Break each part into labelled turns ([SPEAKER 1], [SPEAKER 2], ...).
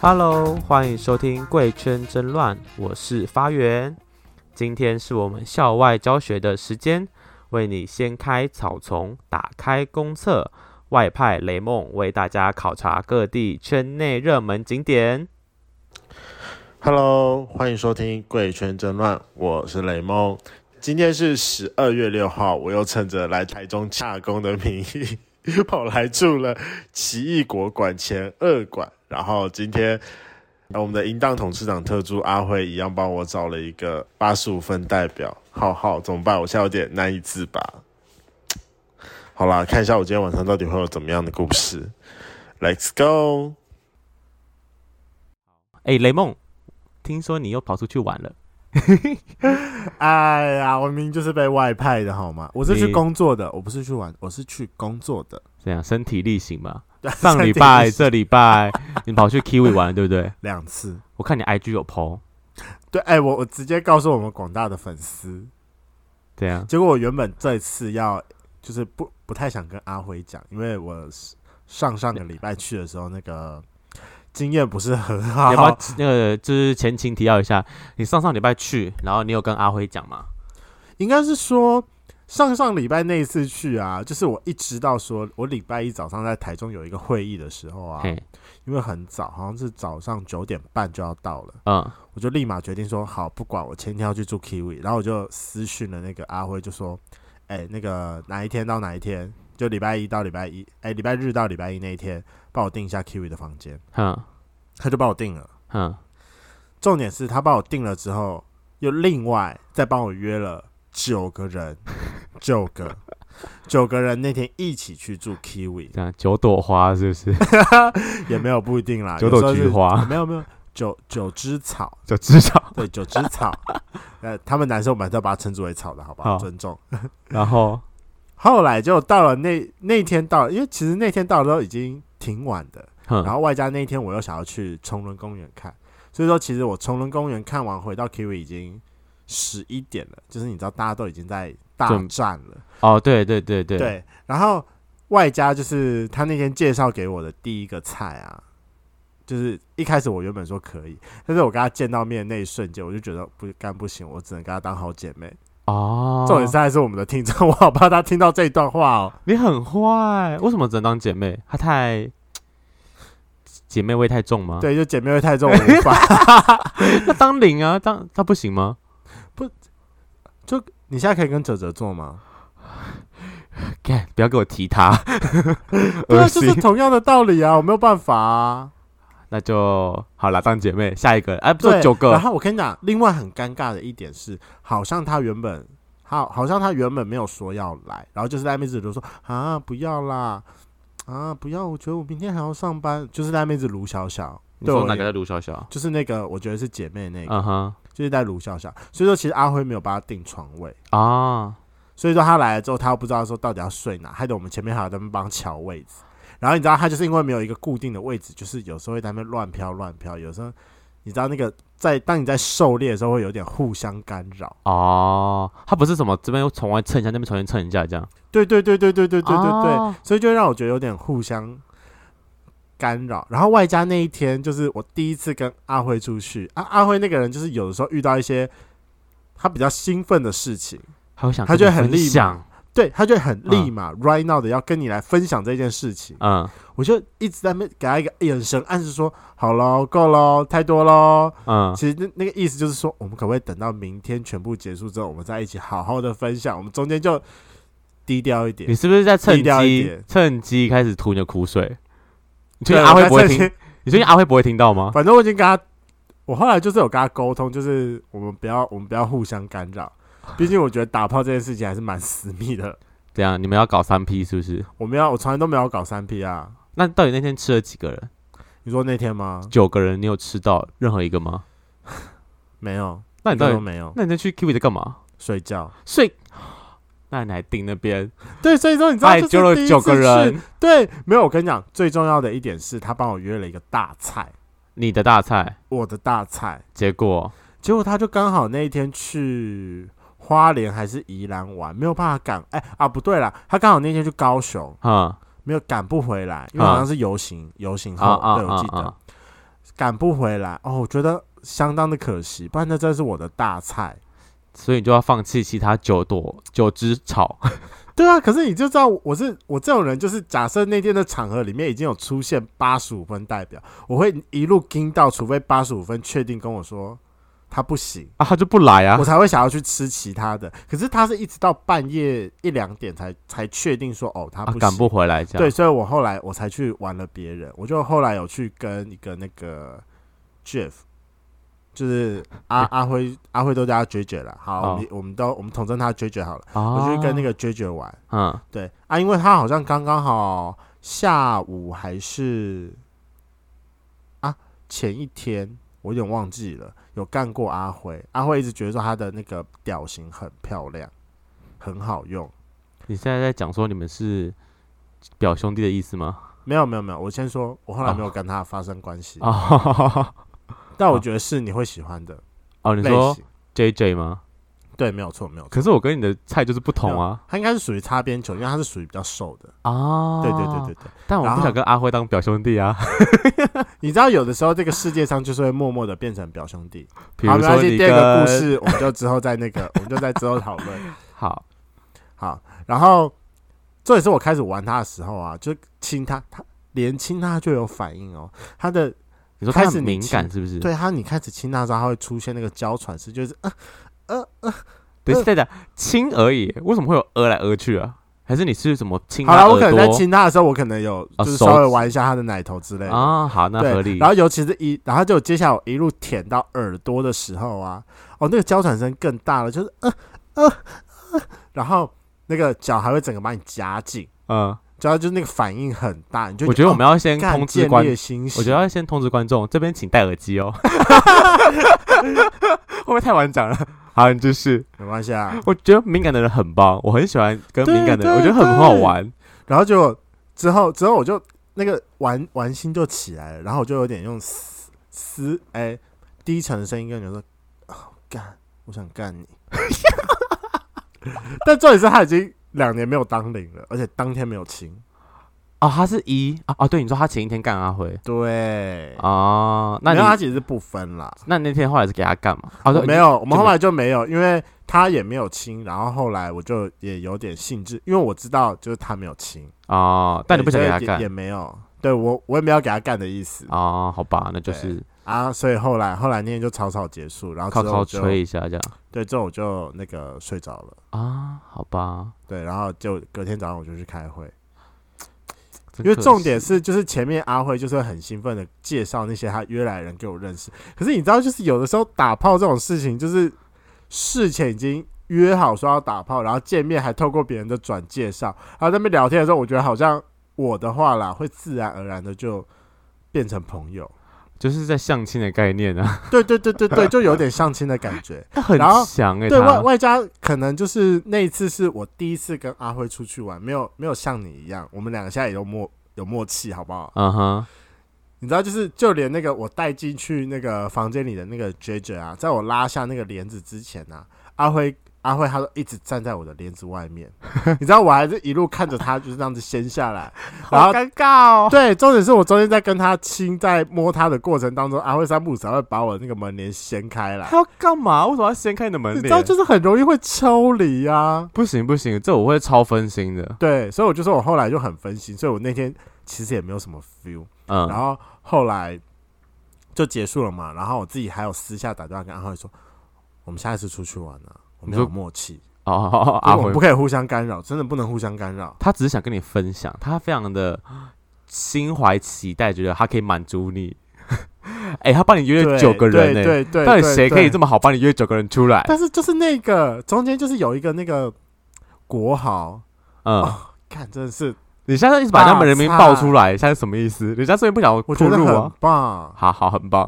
[SPEAKER 1] Hello，欢迎收听《贵圈争乱》，我是发源。今天是我们校外教学的时间，为你掀开草丛，打开公厕，外派雷梦为大家考察各地圈内热门景点。
[SPEAKER 2] Hello，欢迎收听《贵圈争乱》，我是雷梦。今天是十二月六号，我又趁着来台中洽公的名义， 跑来住了奇异果馆前二馆。然后今天，呃我们的淫荡董事长特助阿辉一样帮我找了一个八十五分代表，浩浩怎么办？我现在有点难以自拔。好啦，看一下我今天晚上到底会有怎么样的故事。Let's go。
[SPEAKER 1] 哎，雷梦，听说你又跑出去玩了？
[SPEAKER 3] 哎呀，我明明就是被外派的好吗？我是
[SPEAKER 1] 你
[SPEAKER 3] 去工作的，我不是去玩，我是去工作的。
[SPEAKER 1] 怎样？身体力行嘛。
[SPEAKER 3] 对
[SPEAKER 1] 上礼
[SPEAKER 3] 这
[SPEAKER 1] 拜、
[SPEAKER 3] 一集
[SPEAKER 1] 这礼 拜，你跑去 Kiwi 玩，对不对？
[SPEAKER 3] 两次，
[SPEAKER 1] 我看你 IG 有 PO，
[SPEAKER 3] 对，哎，我我直接告诉我们广大的粉丝，
[SPEAKER 1] 这样
[SPEAKER 3] 结果我原本这次要就是不不太想跟阿辉讲，因为我上上个礼拜去的时候那个经验不是很好，
[SPEAKER 1] 你要不要那个就是前情提要一下？你上上礼拜去，然后你有跟阿辉讲吗？
[SPEAKER 3] 应该是说上上礼拜那一次去啊，就是我一直到说我礼拜一早上在台中有一个会议的时候啊，
[SPEAKER 1] 嘿，
[SPEAKER 3] 因为很早，好像是早上九点半就要到了，
[SPEAKER 1] 嗯，
[SPEAKER 3] 我就立马决定说好，不管我前一天要去住 Kiwi，然后我就私讯了那个阿辉，就说，哎、那个哪一天到哪一天，就礼拜一到礼拜一，哎、礼拜日到礼拜一那一天，帮我订一下 Kiwi 的房间，
[SPEAKER 1] 哼
[SPEAKER 3] 他就帮我订了。
[SPEAKER 1] 哼，
[SPEAKER 3] 重点是他帮我订了之后，又另外再帮我约了九个人， 九个，九个人那天一起去住 Kiwi，
[SPEAKER 1] 这样九朵花是不是？
[SPEAKER 3] 啊也没有不一定 啦，
[SPEAKER 1] 九
[SPEAKER 3] 有时
[SPEAKER 1] 朵
[SPEAKER 3] 候是
[SPEAKER 1] 菊，花
[SPEAKER 3] 没有没有，九九枝草。
[SPEAKER 1] 就至少，
[SPEAKER 3] 对，九枝草，呃，他们男生我们还是要把它称之为草的，好不好？
[SPEAKER 1] 好
[SPEAKER 3] 尊重。
[SPEAKER 1] 然后
[SPEAKER 3] 后来就到了那那天到了，因为其实那天到了都已经挺晚的， 然
[SPEAKER 1] 哼，
[SPEAKER 3] 后外加那天我又想要去崇伦公园看，所以说其实我崇伦公园看完回到 Kiwi 已经十一点了，就是你知道大家都已经在大
[SPEAKER 1] 准
[SPEAKER 3] 战了，
[SPEAKER 1] 哦，对对对对，
[SPEAKER 3] 对。然后外加就是他那天介绍给我的第一个菜啊。就是一开始我原本说可以，但是我跟他见到面那一瞬间，我就觉得不干不行，我只能跟他当好姐妹。
[SPEAKER 1] 哦，
[SPEAKER 3] 重点是还是我们的听众，我好怕他听到这一段话哦。
[SPEAKER 1] 你很坏，为什么只能当姐妹？她太姐妹味太重吗？，
[SPEAKER 3] 对，就姐妹会太重，我无 法。
[SPEAKER 1] 那当零啊，当她不行吗？
[SPEAKER 3] 你现在可以跟哲哲做吗？
[SPEAKER 1] 干，不要给我提 她，
[SPEAKER 3] 对
[SPEAKER 1] 恶
[SPEAKER 3] 啊，就
[SPEAKER 1] 心
[SPEAKER 3] 是。同样的道理啊，我没有办法啊。
[SPEAKER 1] 那就好了，当姐妹。下一个，哎，不
[SPEAKER 3] 对，
[SPEAKER 1] 是九
[SPEAKER 3] 然
[SPEAKER 1] 个，
[SPEAKER 3] 后我跟你讲，另外很尴尬的一点是，好像他原本，好，好像他原本没有说要来，然后就是在那边一直就说啊，不要啦，啊，不要，我觉得我明天还要上班，就是在那边一直卢小小，
[SPEAKER 1] 你
[SPEAKER 3] 对
[SPEAKER 1] 说
[SPEAKER 3] 我
[SPEAKER 1] 哪个叫卢小小？
[SPEAKER 3] 就是那个我觉得是姐妹那个，
[SPEAKER 1] 嗯哼，
[SPEAKER 3] 就是在卢小小，所以说其实阿辉没有帮他订床位。
[SPEAKER 1] 啊，
[SPEAKER 3] 所以说他来了之后，他又不知道说到底要睡哪，害得我们前面还有在那边帮他瞧位置。然后你知道他就是因为没有一个固定的位置，就是有时候会在那边乱飘乱飘，有时候你知道那个在当你在狩猎的时候会有点互相干扰。
[SPEAKER 1] 哦，他不是什么这边又重来蹭一下，那边重新蹭一下这样。
[SPEAKER 3] 对对对对对对对对对，
[SPEAKER 1] 哦
[SPEAKER 3] 所以就让我觉得有点互相干扰。然后外加那一天就是我第一次跟阿辉出去，啊阿辉那个人就是有的时候遇到一些他比较兴奋的事情。
[SPEAKER 1] 他会想，
[SPEAKER 3] 他就很立马
[SPEAKER 1] 想，
[SPEAKER 3] 对，他就很立马、right now 的要跟你来分享这件事情，
[SPEAKER 1] 嗯
[SPEAKER 3] 我就一直在那边给他一个眼神暗示说，好喽，够喽，太多喽。
[SPEAKER 1] 嗯，
[SPEAKER 3] 其实那那个意思就是说，我们可不可以等到明天全部结束之后，我们再一起好好的分享？我们中间就低调一点
[SPEAKER 1] 你。是不是在趁
[SPEAKER 3] 低调一
[SPEAKER 1] 机
[SPEAKER 3] 点
[SPEAKER 1] 趁机开始吐你的苦水？你确
[SPEAKER 3] 对
[SPEAKER 1] 定阿辉不会，
[SPEAKER 3] 我在这
[SPEAKER 1] 听？
[SPEAKER 3] 里
[SPEAKER 1] 你确定阿辉不会听到吗？
[SPEAKER 3] 反正我已经跟他，我后来就是有跟他沟通，就是我们不要我们不要互相干扰，毕竟我觉得打炮这件事情还是蛮私密的。
[SPEAKER 1] 怎样？你们要搞三 P 是不是？
[SPEAKER 3] 我们要我从来都没有搞三 P 啊。
[SPEAKER 1] 那到底那天吃了几个人？
[SPEAKER 3] 你说那天吗？
[SPEAKER 1] 九个人，你有吃到任何一个吗？
[SPEAKER 3] 没有，
[SPEAKER 1] 那你到
[SPEAKER 3] 都
[SPEAKER 1] 底，
[SPEAKER 3] 没有
[SPEAKER 1] 那你那去 Kiwi 在干嘛？
[SPEAKER 3] 睡觉。
[SPEAKER 1] 睡？那你还订那边？
[SPEAKER 3] 对，所以说你知道
[SPEAKER 1] 他也揪
[SPEAKER 3] 就是第
[SPEAKER 1] 了
[SPEAKER 3] 一
[SPEAKER 1] 九
[SPEAKER 3] 次
[SPEAKER 1] 个
[SPEAKER 3] 去
[SPEAKER 1] 人，
[SPEAKER 3] 对，没有，我跟你讲，最重要的一点是他帮我约了一个大菜，
[SPEAKER 1] 你的大菜，
[SPEAKER 3] 我的大菜。
[SPEAKER 1] 结果
[SPEAKER 3] 结果他就刚好那一天去花莲还是宜兰玩，没有办法赶。哎、啊，不对啦，他刚好那天去高雄，
[SPEAKER 1] 哈
[SPEAKER 3] 没有赶不回来，因为
[SPEAKER 1] 啊
[SPEAKER 3] 好像是游行，游行后，
[SPEAKER 1] 啊啊
[SPEAKER 3] 对我
[SPEAKER 1] 啊
[SPEAKER 3] 记得。
[SPEAKER 1] 啊！
[SPEAKER 3] 赶不回来哦，我觉得相当的可惜，不然那真是我的大菜。
[SPEAKER 1] 所以你就要放弃其他九朵九只草。
[SPEAKER 3] 对啊，可是你就知道我是我这种人，就是假设那天的场合里面已经有出现八十五分代表，我会一路盯到，除非八十五分确定跟我说他不行，
[SPEAKER 1] 啊，他就不来啊
[SPEAKER 3] 我。才会想要去吃其他的。可是他是一直到半夜一两点才才确定说哦，他
[SPEAKER 1] 啊
[SPEAKER 3] 不，
[SPEAKER 1] 赶
[SPEAKER 3] 行。
[SPEAKER 1] 不回来这样。
[SPEAKER 3] 对，，所以我后来我才去玩了别人，我就后来有去跟一个那个 Jeff，就是阿
[SPEAKER 1] 嗯
[SPEAKER 3] 阿辉，阿辉都叫他 J J 了。好，
[SPEAKER 1] 哦
[SPEAKER 3] 我们我们都我们统称他 J J 好了。
[SPEAKER 1] 啊，
[SPEAKER 3] 我去跟那个 J J 玩，
[SPEAKER 1] 嗯，
[SPEAKER 3] 对啊，因为他好像刚刚好下午还是啊前一天，我有点忘记了，有干过阿辉。阿辉一直觉得说他的那个屌型很漂亮，很好用。
[SPEAKER 1] 你现在在讲说你们是表兄弟的意思 吗？
[SPEAKER 3] 没有没有没有，我先说，我后来
[SPEAKER 1] 哦
[SPEAKER 3] 没有跟他发生关系。
[SPEAKER 1] 哦，
[SPEAKER 3] 但我觉得是你会喜欢的
[SPEAKER 1] 哦，你
[SPEAKER 3] 类
[SPEAKER 1] 说
[SPEAKER 3] 型。
[SPEAKER 1] J J 吗？
[SPEAKER 3] 对，没有错，没有错。
[SPEAKER 1] 可是我跟你的菜就是不同啊。
[SPEAKER 3] 他应该是属于擦边球，因为他是属于比较瘦的。
[SPEAKER 1] 啊，
[SPEAKER 3] 对对对对。对，
[SPEAKER 1] 但我
[SPEAKER 3] 然
[SPEAKER 1] 不
[SPEAKER 3] 后
[SPEAKER 1] 想跟阿辉当表兄弟啊。
[SPEAKER 3] 你知道有的时候这个世界上就是会默默的变成表兄弟。
[SPEAKER 1] 比
[SPEAKER 3] 好，
[SPEAKER 1] 如
[SPEAKER 3] 没
[SPEAKER 1] 说
[SPEAKER 3] 关
[SPEAKER 1] 你
[SPEAKER 3] 系，第
[SPEAKER 1] 跟
[SPEAKER 3] 二个故事我们就之后在那个，我 们就在之后讨论。
[SPEAKER 1] 好，
[SPEAKER 3] 好，然后这也是我开始玩他的时候啊，就亲他，他连亲他就有反应哦。他的
[SPEAKER 1] 你说他
[SPEAKER 3] 开始
[SPEAKER 1] 很
[SPEAKER 3] 你
[SPEAKER 1] 敏
[SPEAKER 3] 起
[SPEAKER 1] 感是不是？
[SPEAKER 3] 对他，你开始亲他的时候，他会出现那个娇喘声，就是呃呃呃。
[SPEAKER 1] 等一下，等一下，亲而已，为什么会有呃来呃去啊？还是你是怎么亲
[SPEAKER 3] 好
[SPEAKER 1] 他
[SPEAKER 3] 了，我可
[SPEAKER 1] 耳
[SPEAKER 3] 能在
[SPEAKER 1] 朵
[SPEAKER 3] 亲他的时候，我可能有
[SPEAKER 1] 啊
[SPEAKER 3] 就是
[SPEAKER 1] 手
[SPEAKER 3] 稍微
[SPEAKER 1] 指
[SPEAKER 3] 玩一下他的奶头之类的
[SPEAKER 1] 啊？好，那
[SPEAKER 3] 对，
[SPEAKER 1] 合理。
[SPEAKER 3] 然后尤其是一，然后就接下来我一路舔到耳朵的时候啊，哦，那个娇喘声更大了，就是呃呃呃然后那个脚还会整个把你夹紧，
[SPEAKER 1] 嗯，
[SPEAKER 3] 主要就是那个反应很大，你就
[SPEAKER 1] 我觉得我们
[SPEAKER 3] 要
[SPEAKER 1] 要先通
[SPEAKER 3] 干
[SPEAKER 1] 知
[SPEAKER 3] 见
[SPEAKER 1] 观，
[SPEAKER 3] 猎心喜，
[SPEAKER 1] 我觉得要先通知观众，这边请戴耳机哦。 会不会太晚讲了？好，你就是，
[SPEAKER 3] 没关系啊。
[SPEAKER 1] 我觉得敏感的人很棒，我很喜欢跟
[SPEAKER 3] 对
[SPEAKER 1] 敏感的人，
[SPEAKER 3] 对
[SPEAKER 1] 我觉得很好玩。
[SPEAKER 3] 然后就之后之后我就那个玩玩心就起来了，然后我就有点用嘶嘶哎低沉的声音跟你说，啊干，我想干 你。但重点是他已经两年没有当零了，而且当天没有亲。
[SPEAKER 1] 哦，他是一啊啊，对，你说他前一天干阿辉
[SPEAKER 3] 对，
[SPEAKER 1] 哦，那
[SPEAKER 3] 没有他
[SPEAKER 1] 你
[SPEAKER 3] 其实是不分啦。
[SPEAKER 1] 那你那天后来是给他干嘛？哦，对，
[SPEAKER 3] 没有，我们
[SPEAKER 1] 就
[SPEAKER 3] 后来就没有，因为他也没有亲，然后后来我就也有点兴致，因为我知道就是他没有亲，
[SPEAKER 1] 哦，但你不想给
[SPEAKER 3] 对
[SPEAKER 1] 他
[SPEAKER 3] 所以也也
[SPEAKER 1] 干
[SPEAKER 3] 没有，对我我也没有给他干的意思
[SPEAKER 1] 哦，好吧，那就是
[SPEAKER 3] 啊，所以后来后来那天就草草结束，然后
[SPEAKER 1] 靠
[SPEAKER 3] 之后
[SPEAKER 1] 靠
[SPEAKER 3] 我就
[SPEAKER 1] 吹一下这样
[SPEAKER 3] 对，之后我就那个睡着了，
[SPEAKER 1] 啊，好吧，
[SPEAKER 3] 对，然后就隔天早上我就去开会，
[SPEAKER 1] 真
[SPEAKER 3] 因为
[SPEAKER 1] 可
[SPEAKER 3] 重点
[SPEAKER 1] 惜
[SPEAKER 3] 是，就是前面阿辉就是很兴奋的介绍那些他约来的人给我认识。可是你知道，就是有的时候打炮这种事情，就是事前已经约好说要打炮，然后见面还透过别人的转介绍，然后在那边聊天的时候，我觉得好像我的话啦，会自然而然的就变成朋友。
[SPEAKER 1] 就是在相亲的概念啊，
[SPEAKER 3] 对对对对对，就有点相亲的感觉。
[SPEAKER 1] 很
[SPEAKER 3] 然后
[SPEAKER 1] 强哎，
[SPEAKER 3] 对外
[SPEAKER 1] 他
[SPEAKER 3] 外加可能就是那一次是我第一次跟阿辉出去玩，没有没有像你一样，我们两个现在也有默有默契，好不好？
[SPEAKER 1] 嗯哼，
[SPEAKER 3] 你知道，就是就连那个我带进去那个房间里的那个 J J 啊，在我拉下那个帘子之前啊，阿辉阿辉他都一直站在我的帘子外面，你知道，我还是一路看着他就是这样子掀下来， 然后
[SPEAKER 1] 尴尬哦，
[SPEAKER 3] 对，重点是我中间在跟他亲在摸他的过程当中，阿辉三不五时还会把我那个门帘掀开来，
[SPEAKER 1] 他要干嘛？为什么要掀开你的门
[SPEAKER 3] 啊你知道，
[SPEAKER 1] 帘？
[SPEAKER 3] 就是很容易会抽离啊。
[SPEAKER 1] 不行不行，这我会超分心的，
[SPEAKER 3] 对，所以我就说我后来就很分心，所以我那天其实也没有什么 feel。然
[SPEAKER 1] 嗯，
[SPEAKER 3] 后后来就结束了嘛。然后我自己还有私下打电话跟阿辉说，我们下一次出去玩啊，我
[SPEAKER 1] 你
[SPEAKER 3] 们
[SPEAKER 1] 说
[SPEAKER 3] 要有默契，
[SPEAKER 1] 哦哦哦，
[SPEAKER 3] 因为
[SPEAKER 1] 阿
[SPEAKER 3] 我们
[SPEAKER 1] 辉
[SPEAKER 3] 不可以互相干扰，真的不能互相干扰。
[SPEAKER 1] 他只是想跟你分享，他非常的心怀期待，觉得他可以满足你。 哎、他帮你约
[SPEAKER 3] 对
[SPEAKER 1] 了九个人呢、
[SPEAKER 3] 对对对，
[SPEAKER 1] 到底谁可以这
[SPEAKER 3] 么？
[SPEAKER 1] 么好帮你约九个人出来？
[SPEAKER 3] 但是就是那个中间就是有一个那个国豪，
[SPEAKER 1] 嗯，
[SPEAKER 3] 哦看真的是
[SPEAKER 1] 你现在一直把他们人名爆出
[SPEAKER 3] 大
[SPEAKER 1] 来，现在什么意思？人家这边不想
[SPEAKER 3] 我
[SPEAKER 1] 铺
[SPEAKER 3] 觉得
[SPEAKER 1] 路
[SPEAKER 3] 很
[SPEAKER 1] 啊，
[SPEAKER 3] 棒。
[SPEAKER 1] 好好，很棒。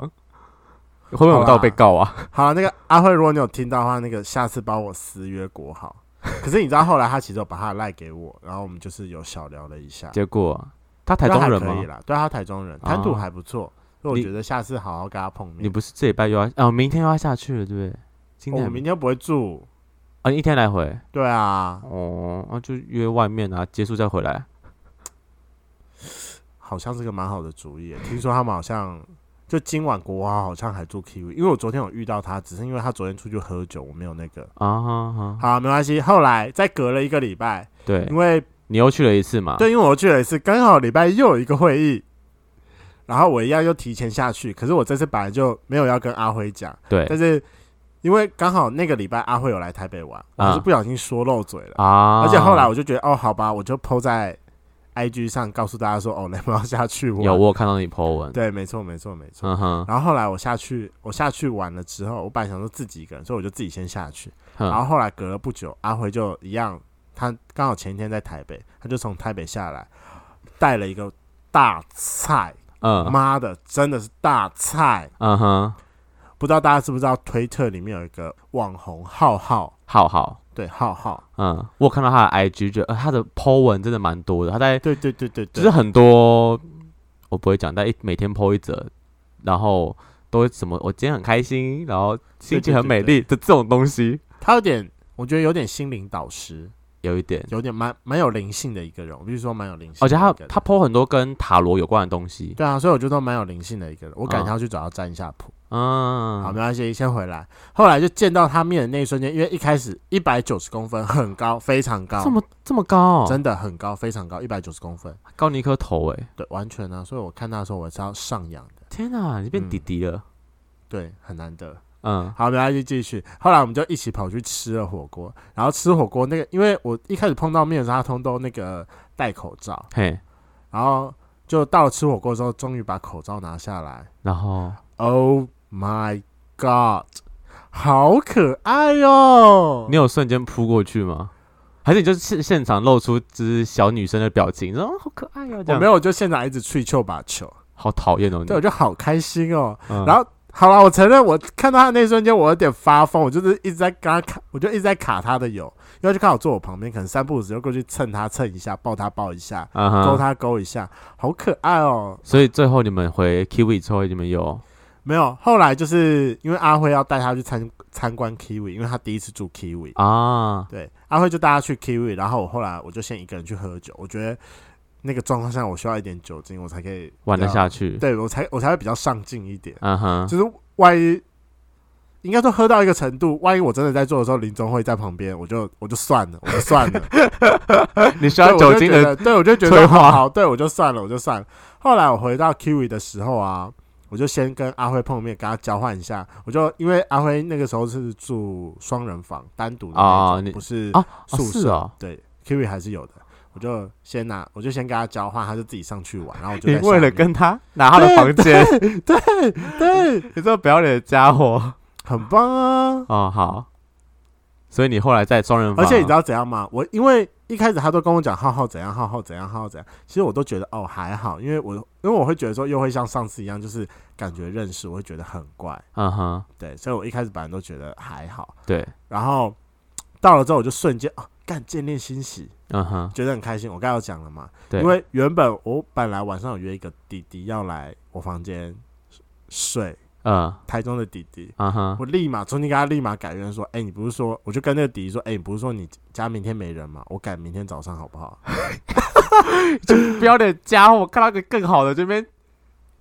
[SPEAKER 1] 会不会我
[SPEAKER 3] 好啦
[SPEAKER 1] 们到被告啊？
[SPEAKER 3] 好了，那个阿辉，如果你有听到的话，那个下次帮我私约国豪。 可是你知道后来他其实有把他赖给我，然后我们就是有小聊了一下。
[SPEAKER 1] 结果他 台中人
[SPEAKER 3] 那还可以
[SPEAKER 1] 吗？
[SPEAKER 3] 啦，对啊他台中人，
[SPEAKER 1] 啊
[SPEAKER 3] 谈吐还不错，所以我
[SPEAKER 1] 你
[SPEAKER 3] 觉得下次好好跟他碰
[SPEAKER 1] 你
[SPEAKER 3] 面。
[SPEAKER 1] 不是这礼拜又要啊、明天又要下去了，对不对？今天
[SPEAKER 3] 哦我
[SPEAKER 1] 还
[SPEAKER 3] 明天不会住，
[SPEAKER 1] 啊、一天来回
[SPEAKER 3] 对啊，
[SPEAKER 1] 哦，那、就约外面啊，结束再回来。
[SPEAKER 3] 好像是个蛮好的主意耶。听说他们好像就今晚国华好像还住 Kiwi，因为我昨天有遇到他，只是因为他昨天出去喝酒，我没有那个。
[SPEAKER 1] 啊哈哈，
[SPEAKER 3] 好，没关系。后来再隔了一个礼拜，
[SPEAKER 1] 对
[SPEAKER 3] 因，为
[SPEAKER 1] 你又去了一次嘛？，
[SPEAKER 3] 对，因为我去了一次，刚好礼拜又有一个会议，然后我一样又提前下去。可是我这次本来就没有要跟阿辉讲，但
[SPEAKER 1] 对，
[SPEAKER 3] 是因为刚好那个礼拜阿辉有来台北玩，我是不小心说漏嘴了，
[SPEAKER 1] 啊，
[SPEAKER 3] 而且后来我就觉得哦，好吧，我就 PO 在 IG 上告诉大家说哦， 雷蒙要下去玩。
[SPEAKER 1] 有我有看到你 po 文，
[SPEAKER 3] 对，没错，没错，没错。
[SPEAKER 1] 嗯哼，
[SPEAKER 3] 然后后来我下去，我下去玩了之后，我本来想说自己一个人，所以我就自己先下去。然后
[SPEAKER 1] 哼，
[SPEAKER 3] 后来隔了不久，阿辉就一样，他刚好前一天在台北，他就从台北下来，带了一个大菜，
[SPEAKER 1] 嗯，
[SPEAKER 3] 妈的，真的是大菜！
[SPEAKER 1] 嗯哼，
[SPEAKER 3] 不知道大家知不知道，推特里面有一个网红浩浩，
[SPEAKER 1] 浩浩，
[SPEAKER 3] 对浩浩，
[SPEAKER 1] 嗯，我有看到他的 IG，觉得、呃、他的 po 文真的蛮多的，他在
[SPEAKER 3] 对对对对
[SPEAKER 1] 就
[SPEAKER 3] 对，
[SPEAKER 1] 是很多我不会讲，但一每天 po 一则，然后都会什么我今天很开心，然后心情很美丽的这种东西，
[SPEAKER 3] 他有点，我觉得有点心灵导师，
[SPEAKER 1] 有一点，
[SPEAKER 3] 有点蛮蛮有灵性的一个人，我必须说蛮有灵性的
[SPEAKER 1] 而
[SPEAKER 3] 一个
[SPEAKER 1] 且
[SPEAKER 3] 人。
[SPEAKER 1] 哦他他 po 很多跟塔罗有关的东西，
[SPEAKER 3] 对啊，所以我觉得蛮有灵性的一个人，我改天
[SPEAKER 1] 嗯
[SPEAKER 3] 要去找他占一下卜。
[SPEAKER 1] 嗯，
[SPEAKER 3] 好，没关系，先回来。后来就见到他面的那一瞬间，因为一开始一百九十公分很高，非常高
[SPEAKER 1] 这，么这么高、哦，
[SPEAKER 3] 真的很高，非常高，一百九十公分，
[SPEAKER 1] 高你一颗头哎、
[SPEAKER 3] 对，完全啊。所以我看他的时候，我是要上仰的，
[SPEAKER 1] 天哪、你变
[SPEAKER 3] 嗯
[SPEAKER 1] 弟弟了，
[SPEAKER 3] 对，很难得。
[SPEAKER 1] 嗯
[SPEAKER 3] 好，没关系，继续。后来我们就一起跑去吃了火锅，然后吃火锅那个，因为我一开始碰到面的时候，他通都那个戴口罩，
[SPEAKER 1] 嘿，
[SPEAKER 3] 然后就到了吃火锅之后，终于把口罩拿下来。
[SPEAKER 1] 然后
[SPEAKER 3] Oh my god，好可爱哦！
[SPEAKER 1] 你有瞬间扑过去吗？还是你就是现现场露出只小女生的表情，然后、哦、好可爱哦、这
[SPEAKER 3] 我
[SPEAKER 1] 样
[SPEAKER 3] 没有，我就现场一直吹球把球，
[SPEAKER 1] 好讨厌哦你
[SPEAKER 3] 对，我，就好开心哦。
[SPEAKER 1] 嗯
[SPEAKER 3] 然后好了，我承认，我看到他那一瞬间，我有点发疯，我就是一直在跟他卡，我就一直在卡他的油，因为他就刚好坐我旁边，可能三步五时就过去蹭他蹭一下，抱他抱一下，
[SPEAKER 1] 嗯
[SPEAKER 3] 勾
[SPEAKER 1] 哼，
[SPEAKER 3] 他勾一下，好可爱哦。
[SPEAKER 1] 所以最后你们回 Kiwi 之后，你们有
[SPEAKER 3] 没有，后来就是因为阿辉要带他去参参观 Kiwi，因为他第一次住 Kiwi，
[SPEAKER 1] 啊，
[SPEAKER 3] 对，阿辉就带他去 Kiwi，然后我后来我就先一个人去喝酒，我觉得那个状况下我需要一点酒精，我才可以
[SPEAKER 1] 玩得
[SPEAKER 3] 比较，
[SPEAKER 1] 下去。
[SPEAKER 3] 对我才我才会比较上进一点。
[SPEAKER 1] 嗯哼，
[SPEAKER 3] 就是万一应该说喝到一个程度，万一我真的在做的时候，林宗会在旁边，我就我就算了，我就算 了，
[SPEAKER 1] 你需
[SPEAKER 3] 对
[SPEAKER 1] 要
[SPEAKER 3] 我就
[SPEAKER 1] 啊酒精
[SPEAKER 3] 觉
[SPEAKER 1] 的
[SPEAKER 3] 得，对我就觉
[SPEAKER 1] 催
[SPEAKER 3] 得
[SPEAKER 1] 化
[SPEAKER 3] 好好，对我就算了，我就算了。后来我回到 Kiwi 的时候啊，我就先跟阿辉碰面，跟他交换一下。我就因为阿辉那个时候是住双人房，单独的那
[SPEAKER 1] 哦
[SPEAKER 3] 种
[SPEAKER 1] 你
[SPEAKER 3] 不是
[SPEAKER 1] 哦哦
[SPEAKER 3] 嗯宿
[SPEAKER 1] 是
[SPEAKER 3] 舍，
[SPEAKER 1] 哦
[SPEAKER 3] 对 Kiwi 还是有的。我就先拿，我就先跟他交换，他就自己上去玩，然后我就
[SPEAKER 1] 你
[SPEAKER 3] 在
[SPEAKER 1] 为
[SPEAKER 3] 下
[SPEAKER 1] 了
[SPEAKER 3] 面
[SPEAKER 1] 跟他拿他的房间，
[SPEAKER 3] 对，
[SPEAKER 1] 你这个不要脸的家伙。
[SPEAKER 3] 很棒啊！
[SPEAKER 1] 哦，好，所以你后来在双人房，
[SPEAKER 3] 而且你知道怎样吗？我因为一开始他都跟我讲浩浩怎样，浩浩怎样，浩浩怎样，其实我都觉得哦还好，因为我因为我会觉得说又会像上次一样，就是感觉认识，我会觉得很怪，
[SPEAKER 1] 嗯哼，
[SPEAKER 3] 对，所以我一开始本来都觉得还好，
[SPEAKER 1] 对，
[SPEAKER 3] 然后到了之后我就瞬间哦干见面欣喜，
[SPEAKER 1] 嗯哼，
[SPEAKER 3] 觉得很开心。我刚才有讲了嘛，
[SPEAKER 1] 对，
[SPEAKER 3] 因为原本我本来晚上有约一个弟弟要来我房间睡，
[SPEAKER 1] 嗯
[SPEAKER 3] 台中的弟弟，
[SPEAKER 1] 嗯哼，
[SPEAKER 3] 我立马中间跟他立马改约说，哎、你不是说，我就跟那个弟弟说，哎、你不是说你家明天没人吗？我改明天早上好不好？
[SPEAKER 1] 不要脸的家伙，我看到一个更好的这边，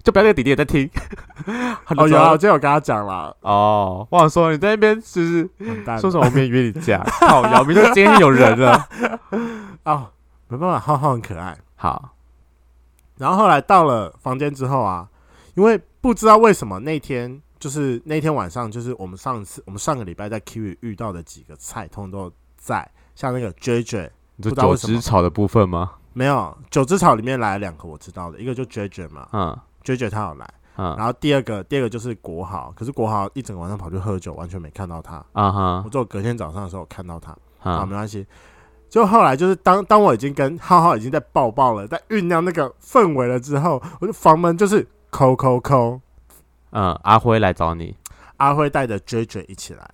[SPEAKER 1] 就不要那个弟弟也在 听。他就
[SPEAKER 3] 哦，有
[SPEAKER 1] 说
[SPEAKER 3] 啊，我就有跟他讲了，
[SPEAKER 1] 哦，我想说你在那边 就是
[SPEAKER 3] 完蛋了
[SPEAKER 1] 说什么我没约你家，靠，姚明就今天有人了。
[SPEAKER 3] 哦，没办法，浩浩很可爱。
[SPEAKER 1] 好，
[SPEAKER 3] 然后后来到了房间之后啊，因为不知道为什么那天就是那天晚上，就是我们上次我们上个礼拜在 Kiwi 遇到的几个菜，通通都在，像那个 JJ
[SPEAKER 1] 你说
[SPEAKER 3] 不知道
[SPEAKER 1] 九
[SPEAKER 3] 为什么
[SPEAKER 1] 只草的部分吗？
[SPEAKER 3] 没有九只草里面来了两个我知道的，一个就 JJ 嘛
[SPEAKER 1] 嗯
[SPEAKER 3] ，JJ 他有来，
[SPEAKER 1] 嗯
[SPEAKER 3] 然后第二个第二个就是国豪，可是国豪一整个晚上跑去喝酒，完全没看到他。
[SPEAKER 1] 啊哈
[SPEAKER 3] 我只有隔天早上的时候看到他，啊，
[SPEAKER 1] 嗯
[SPEAKER 3] 没关系。就后来就是当当我已经跟浩浩已经在抱抱了，在酝酿那个氛围了之后，我就房门就是抠抠抠，
[SPEAKER 1] 嗯，阿辉来找你。
[SPEAKER 3] 阿辉带着 J J 一起 来，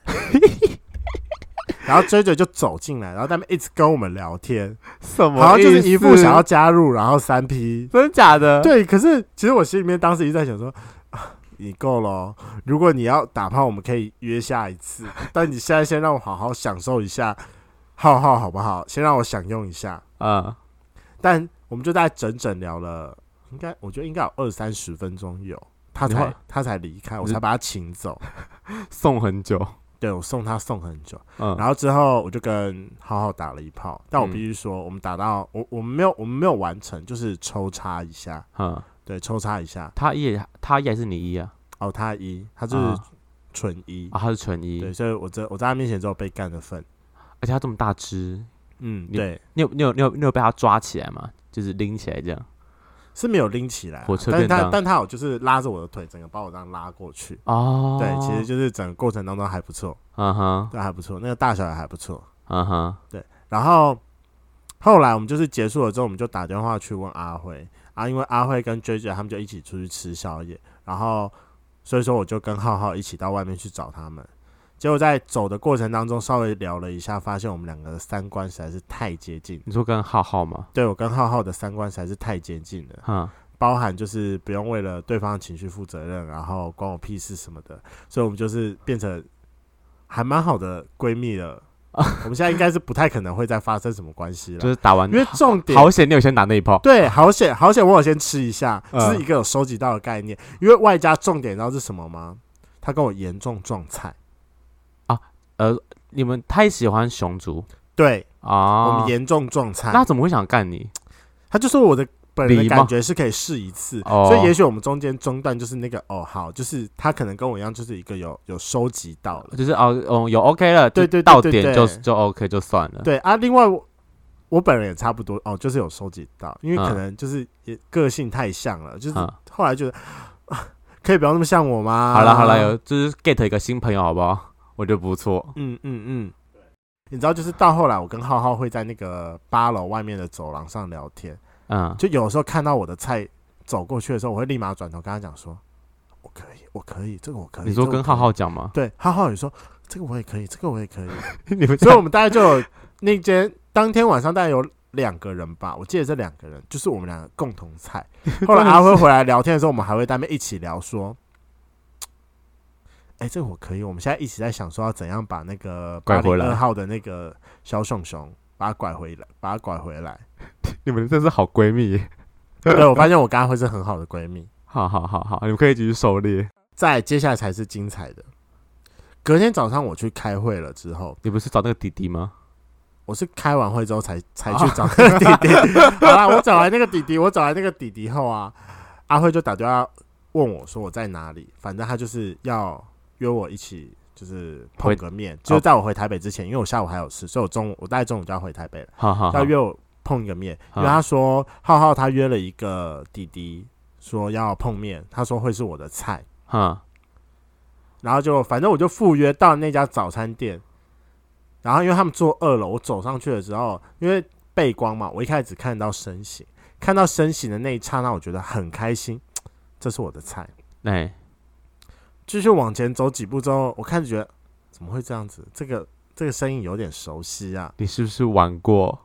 [SPEAKER 3] 然后 J J 就走进来，然后他们一直跟我们聊天，
[SPEAKER 1] 什么？
[SPEAKER 3] 好像就是一副想要，加入，然后三 P。
[SPEAKER 1] 真假的？，
[SPEAKER 3] 对，可是其实我心里面当时一直在想说，啊你够了哦，如果你要打炮，我们可以约下一次，但你现在先让我好好享受一下浩浩好不好？先让我享用一下。
[SPEAKER 1] 嗯
[SPEAKER 3] 但我们就大概整整聊了，应该我觉得应该有二三十分钟有，他
[SPEAKER 1] 你
[SPEAKER 3] 才
[SPEAKER 1] 会
[SPEAKER 3] 他才离开，我
[SPEAKER 1] 你是
[SPEAKER 3] 才把他请走。
[SPEAKER 1] 送很久，
[SPEAKER 3] 对我送他送很久，
[SPEAKER 1] 嗯，
[SPEAKER 3] 然后之后我就跟浩浩打了一炮，但我
[SPEAKER 1] 嗯
[SPEAKER 3] 必须说，我们打到我我们没有我们没有完成，就是抽插一下，
[SPEAKER 1] 嗯，
[SPEAKER 3] 对，抽插一下。
[SPEAKER 1] 他一他一还是你一啊？
[SPEAKER 3] 哦，他一，他就是
[SPEAKER 1] 啊
[SPEAKER 3] 纯一，
[SPEAKER 1] 啊，他是纯一，
[SPEAKER 3] 对，所以我在我在他面前只有被干的份。
[SPEAKER 1] 而且他这么大只，
[SPEAKER 3] 嗯，
[SPEAKER 1] 你
[SPEAKER 3] 对，
[SPEAKER 1] 你有你有你有你有被他抓起来吗？就是拎起来这样
[SPEAKER 3] 是没有拎起来啊、
[SPEAKER 1] 火车
[SPEAKER 3] 但是
[SPEAKER 1] 便
[SPEAKER 3] 他
[SPEAKER 1] 当
[SPEAKER 3] 但他有就是拉着我的腿，整个把我这样拉过去。
[SPEAKER 1] 哦，
[SPEAKER 3] 对，其实就是整个过程当中还不错，
[SPEAKER 1] 嗯哼
[SPEAKER 3] 对，还不错，那个大小也还不错。
[SPEAKER 1] 嗯哼，
[SPEAKER 3] 然后后来我们就是结束了之后，我们就打电话去问阿辉啊，因为阿辉跟 J J 他们就一起出去吃宵夜，然后所以说我就跟浩浩一起到外面去找他们。结果在走的过程当中稍微聊了一下，发现我们两个的三观实在是太接近。
[SPEAKER 1] 你说跟浩浩吗？
[SPEAKER 3] 对我跟浩浩的三观实在是太接近了，
[SPEAKER 1] 嗯，
[SPEAKER 3] 包含就是不用为了对方的情绪负责任，然后关我屁事什么的，所以我们就是变成还蛮好的闺蜜了。 我们现在应该是不太可能会再发生什么关系了，
[SPEAKER 1] 就是打完
[SPEAKER 3] 因，为重点
[SPEAKER 1] 好险你有先打那一炮，
[SPEAKER 3] 对，好险好险，我有先吃一下，这
[SPEAKER 1] 嗯
[SPEAKER 3] 是一个有收集到的概念。因为外加重点，你知道是什么吗？他跟我严重撞菜，
[SPEAKER 1] 你们太喜欢熊族
[SPEAKER 3] 对、我
[SPEAKER 1] 啊
[SPEAKER 3] 们？严重撞菜。
[SPEAKER 1] 那怎么会想干你？
[SPEAKER 3] 他就说我的本人
[SPEAKER 1] 礼
[SPEAKER 3] 的
[SPEAKER 1] 貌
[SPEAKER 3] 感觉是可以试一次，
[SPEAKER 1] 哦
[SPEAKER 3] 所以也许我们中间中断就是那个哦，好，就是他可能跟我一样，就是一个有有收集到了。
[SPEAKER 1] 就是哦，哦，有 OK 了，就
[SPEAKER 3] 对对对
[SPEAKER 1] 到
[SPEAKER 3] 对
[SPEAKER 1] 点
[SPEAKER 3] 对
[SPEAKER 1] 就就 OK 就算了。
[SPEAKER 3] 对啊，另外我我本人也差不多哦，就是有收集到，因为
[SPEAKER 1] 嗯
[SPEAKER 3] 可能就是也个性太像了，就是
[SPEAKER 1] 嗯，
[SPEAKER 3] 后来觉得、 啊可以不要那么像我吗？
[SPEAKER 1] 好了好了，有就是 get 一个新朋友好不好？我觉得不错。
[SPEAKER 3] 嗯嗯嗯，你知道，就是到后来，我跟浩浩会在那个八楼外面的走廊上聊天，
[SPEAKER 1] 嗯，
[SPEAKER 3] 就有时候看到我的菜走过去的时候，我会立马转头跟他讲说：“我可以，我可以，这个我可以。”
[SPEAKER 1] 你说
[SPEAKER 3] 这个
[SPEAKER 1] 跟
[SPEAKER 3] 我可以
[SPEAKER 1] 浩浩讲 吗？
[SPEAKER 3] 对浩浩也说：“这个我也可以，这个我也可以。
[SPEAKER 1] 你 们”
[SPEAKER 3] 所以，我们大概就有那间当天晚上大概有两个人吧，我记得这两个人就是我们两个共同菜。后来阿辉回来聊天的时候，我们还会在那边一起聊说。哎、这个我可以。我们现在一起在想说要怎样把那个
[SPEAKER 1] 拐回来
[SPEAKER 3] 82号的那个小熊熊把它拐回来，把它拐回来。
[SPEAKER 1] 你们真是好闺蜜，
[SPEAKER 3] 对，我发现我跟阿辉是很好的闺蜜。
[SPEAKER 1] 好好好好，你们可以继续狩猎。
[SPEAKER 3] 再接下来才是精彩的。隔天早上我去开会了之后，
[SPEAKER 1] 你不是找那个弟弟吗？
[SPEAKER 3] 我是开完会之后才才去找那个弟弟。好啦，我找来那个弟弟，我找来那个弟弟后啊，阿辉就打电话问我说我在哪里，反正他就是要约我一起就是碰个面，就是在我回台北之前，因为我下午还有事，所以我中午我大概中午就要回台北了，
[SPEAKER 1] 好好好
[SPEAKER 3] 要，约我碰个面，因为
[SPEAKER 1] 嗯
[SPEAKER 3] 他说浩浩他约了一个弟弟说要碰面，他说会是我的菜。
[SPEAKER 1] 嗯，
[SPEAKER 3] 然后就反正我就赴约到那家早餐店，然后因为他们坐二楼，我走上去的时候，因为背光嘛，我一开始只看到身形，看到身形的那一刹那，我觉得很开心，这是我的菜。
[SPEAKER 1] 哎，
[SPEAKER 3] 继续往前走几步之后，我开始觉得怎么会这样子？这个这个身影有点熟悉啊。
[SPEAKER 1] 你是不是玩过？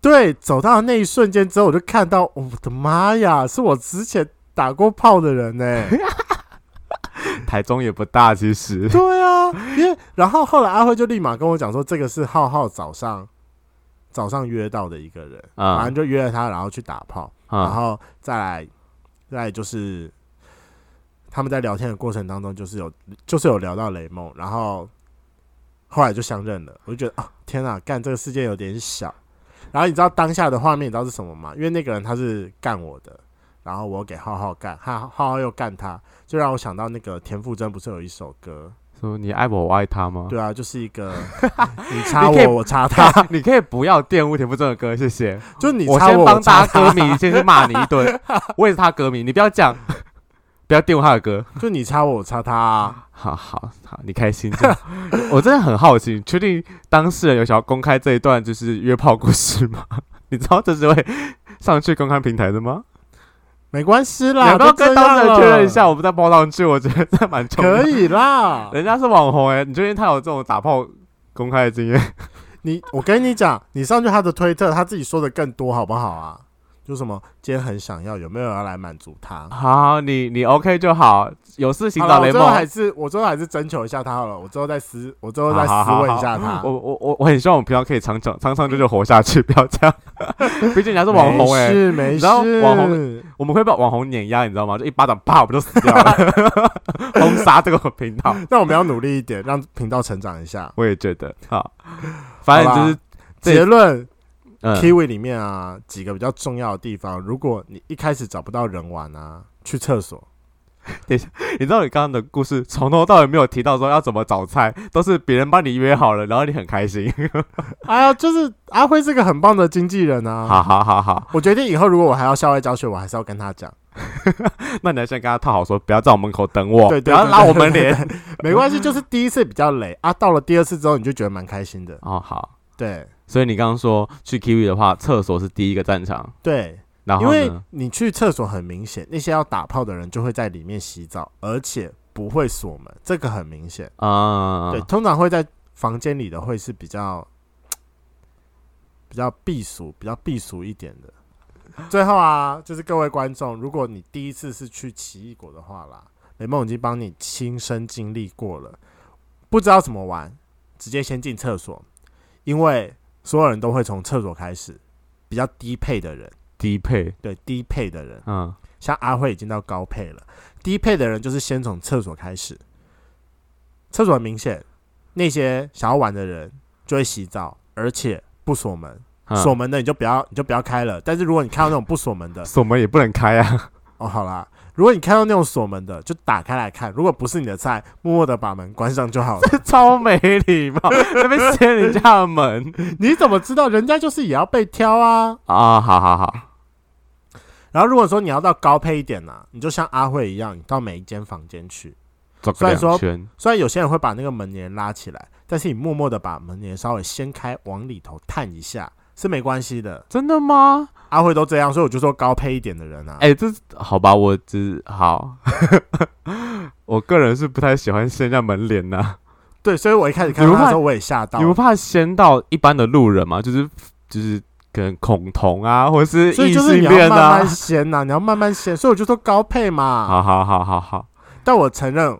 [SPEAKER 3] 对，走到那一瞬间之后，我就看到哦我的妈呀，是我之前打过炮的人欸呢、
[SPEAKER 1] 台中也不大，其实。
[SPEAKER 3] 对啊，因为然后后来阿辉就立马跟我讲说，这个是浩浩早上早上约到的一个人，反
[SPEAKER 1] 啊
[SPEAKER 3] 正就约了他，然后去打炮，然
[SPEAKER 1] 啊
[SPEAKER 3] 后再来再来就是他们在聊天的过程当中，就是有就是有聊到雷梦，然后后来就相认了，我就觉得啊、天啊，干这个世界有点小。然后你知道当下的画面你知道是什么吗？因为那个人他是干我的，然后我给浩浩干，浩浩浩又干他，就让我想到那个田馥甄不是有一首歌，
[SPEAKER 1] 说你爱我，我爱他吗？
[SPEAKER 3] 对啊，就是一个你插
[SPEAKER 1] 你可以
[SPEAKER 3] 我，我插他，
[SPEAKER 1] 你可以不要玷污田馥甄的歌，谢谢。
[SPEAKER 3] 就你
[SPEAKER 1] 我
[SPEAKER 3] 插
[SPEAKER 1] 先
[SPEAKER 3] 我，
[SPEAKER 1] 帮
[SPEAKER 3] 我
[SPEAKER 1] 大
[SPEAKER 3] 插
[SPEAKER 1] 家歌迷先去骂你一 顿，我也是他歌迷，你不要这样， 不要玷污他的歌。
[SPEAKER 3] 就你插我，我插他啊。
[SPEAKER 1] 好好好，你开心就 好。我真的很好奇，你确定当事人有想要公开这一段就是约炮故事吗？ 你知道这是会上去公开平台的吗？
[SPEAKER 3] 没关系
[SPEAKER 1] 你
[SPEAKER 3] 啦，
[SPEAKER 1] 要不要
[SPEAKER 3] 都这
[SPEAKER 1] 跟当事人
[SPEAKER 3] 样
[SPEAKER 1] 确认一
[SPEAKER 3] 了
[SPEAKER 1] 下？我们再报上去，我觉得这蛮重要。
[SPEAKER 3] 可
[SPEAKER 1] ，
[SPEAKER 3] 以啦
[SPEAKER 1] 人家是网红哎、你确定他有这种打炮公开的经验？
[SPEAKER 3] 你我跟你讲，你上去他的推特，他自己说的更多，好不好啊？就什么今天很想要，有没有人要来满足 他？
[SPEAKER 1] 好，你你 OK 就好，有事请
[SPEAKER 3] 好
[SPEAKER 1] 找
[SPEAKER 3] 了，我
[SPEAKER 1] 雷
[SPEAKER 3] 最
[SPEAKER 1] 梦
[SPEAKER 3] 后。还是我最后还是征求一下他好了，我最后再私，我最后再私
[SPEAKER 1] 好好好
[SPEAKER 3] 问一下他。
[SPEAKER 1] 我我我我很希望我们平常可以长长长长久久活下去，不要这样。 毕竟你还是网红哎、
[SPEAKER 3] 没事没
[SPEAKER 1] 知道
[SPEAKER 3] 事，
[SPEAKER 1] 网红我们会被网红碾压，你知道吗？就一巴掌啪，我们就死掉 了，封杀这个频 道。
[SPEAKER 3] 那我们要努力一点，让频道成长一下。
[SPEAKER 1] 我也觉得，好，反正就是这
[SPEAKER 3] 结论
[SPEAKER 1] 嗯，
[SPEAKER 3] ，Kiwi 里面啊几个比较重要的地方，如果你一开始找不到人玩啊，去厕所。
[SPEAKER 1] 你知道你刚刚的故事从头到尾没有提到说要怎么找菜，都是别人帮你约好了，然后你很开心。
[SPEAKER 3] 哎呀，就是阿辉是个很棒的经纪人啊。
[SPEAKER 1] 好好好好，
[SPEAKER 3] 我决定以后如果我还要校外教学，我还是要跟他讲，
[SPEAKER 1] 那你要先跟他套好说，不要在我门口等我，哦
[SPEAKER 3] 对
[SPEAKER 1] 不
[SPEAKER 3] 对
[SPEAKER 1] 要
[SPEAKER 3] 对
[SPEAKER 1] 拉
[SPEAKER 3] 对
[SPEAKER 1] 我们脸。
[SPEAKER 3] 没关系，就是第一次比较累啊，到了第二次之后你就觉得蛮开心的，
[SPEAKER 1] 哦，好，
[SPEAKER 3] 对
[SPEAKER 1] 所以你刚刚说去 Kiwi 的话，厕所是第一个战场，
[SPEAKER 3] 对，
[SPEAKER 1] 然
[SPEAKER 3] 因
[SPEAKER 1] 后
[SPEAKER 3] 为
[SPEAKER 1] 呢？
[SPEAKER 3] 你去厕所很明显，那些要打炮的人就会在里面洗澡，而且不会锁门，这个很明显，
[SPEAKER 1] 啊、
[SPEAKER 3] 对，通常会在房间里的会是比较比较避暑、比较避暑一点的。最后啊，就是各位观众，如果你第一次是去奇异果的话啦，雷梦已经帮你亲身经历过了，不知道怎么玩，直接先进厕所，因为所有人都会从厕所开始，比较低配的人，
[SPEAKER 1] 低配，
[SPEAKER 3] 对低配的人，
[SPEAKER 1] 嗯，
[SPEAKER 3] 像阿慧已经到高配了，低配的人就是先从厕所开始。厕所很明显，那些想要玩的人就会洗澡，而且不锁门。
[SPEAKER 1] 嗯，
[SPEAKER 3] 锁门的你就不要，你就不要开了。但是如果你看到那种不锁门的
[SPEAKER 1] 锁门也不能开 啊。
[SPEAKER 3] 哦，好啦，如果你看到那种锁门的，就打开来看。如果不是你的菜，默默的把门关上就好了。
[SPEAKER 1] 超没礼貌， 那边掀人家的门
[SPEAKER 3] 你怎么知道人家就是也要被挑啊？
[SPEAKER 1] 啊！好好好，
[SPEAKER 3] 然后如果说你要到高配一点呢、你就像阿慧一样，你到每一间房间去，
[SPEAKER 1] 转
[SPEAKER 3] 虽
[SPEAKER 1] 个
[SPEAKER 3] 然说
[SPEAKER 1] 两圈，
[SPEAKER 3] 虽然有些人会把那个门帘拉起来，但是你默默的把门帘稍微掀开，往里头探一下是没关系的。
[SPEAKER 1] 真的吗？
[SPEAKER 3] 阿慧都这样，所以我就说高配一点的人啊，
[SPEAKER 1] 哎、这是好吧，我只好， 我个人是不太喜欢掀人家门帘呐、
[SPEAKER 3] 对，所以我一开始看
[SPEAKER 1] 你
[SPEAKER 3] 到
[SPEAKER 1] 不
[SPEAKER 3] 他
[SPEAKER 1] 怕
[SPEAKER 3] 的时候我也吓到
[SPEAKER 1] 你，不怕掀到一般的路人吗？就是就是可能恐同啊，或是
[SPEAKER 3] 所以
[SPEAKER 1] 异
[SPEAKER 3] 就是
[SPEAKER 1] 性
[SPEAKER 3] 你要
[SPEAKER 1] 恋
[SPEAKER 3] 慢
[SPEAKER 1] 啊。
[SPEAKER 3] 慢掀呐、你要慢慢掀，所以我就说高配嘛。
[SPEAKER 1] 好好好好好，
[SPEAKER 3] 但我承认，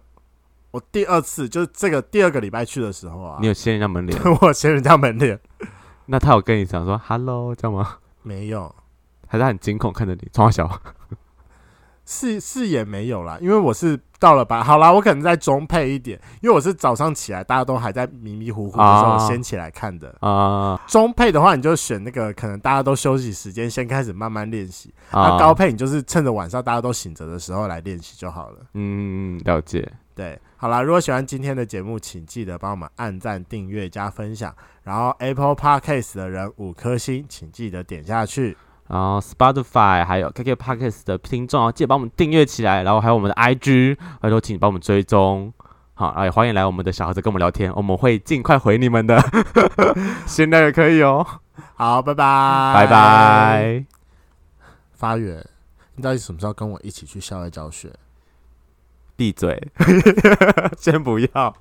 [SPEAKER 3] 我第二次就是这个第二个礼拜去的时候啊
[SPEAKER 1] 你，有掀人家门帘？
[SPEAKER 3] 我掀人家门帘
[SPEAKER 1] 那他有跟你讲说 “hello” 这样吗？
[SPEAKER 3] 没有，
[SPEAKER 1] 还是他很惊恐看着你，从小
[SPEAKER 3] 是是也没有啦，因为我是到了吧，好啦，我可能在中配一点，因为我是早上起来大家都还在迷迷糊糊的时候，
[SPEAKER 1] 啊
[SPEAKER 3] 我先起来看的。
[SPEAKER 1] 啊
[SPEAKER 3] 中配的话，你就选那个可能大家都休息时间，先开始慢慢练习。那、
[SPEAKER 1] 啊
[SPEAKER 3] 高配你就是趁着晚上大家都醒着的时候来练习就好了。
[SPEAKER 1] 嗯，了解。
[SPEAKER 3] 对，好啦，如果喜欢今天的节目，请记得帮我们按赞、订阅、加分享，然后 Apple Podcast 的人五颗星，请记得点下去。
[SPEAKER 1] 然后 Spotify 还有 KK Podcast 的听众啊，记得帮我们订阅起来，然后还有我们的 IG，还有请帮我们追踪。好，然后也欢迎来我们的小盒子跟我们聊天，我们会尽快回你们的， 闲聊也可以哦。
[SPEAKER 3] 好，拜拜，
[SPEAKER 1] 拜。拜。
[SPEAKER 3] 发源，你到底什么时候跟我一起去校外教学？
[SPEAKER 1] 闭嘴，先不要。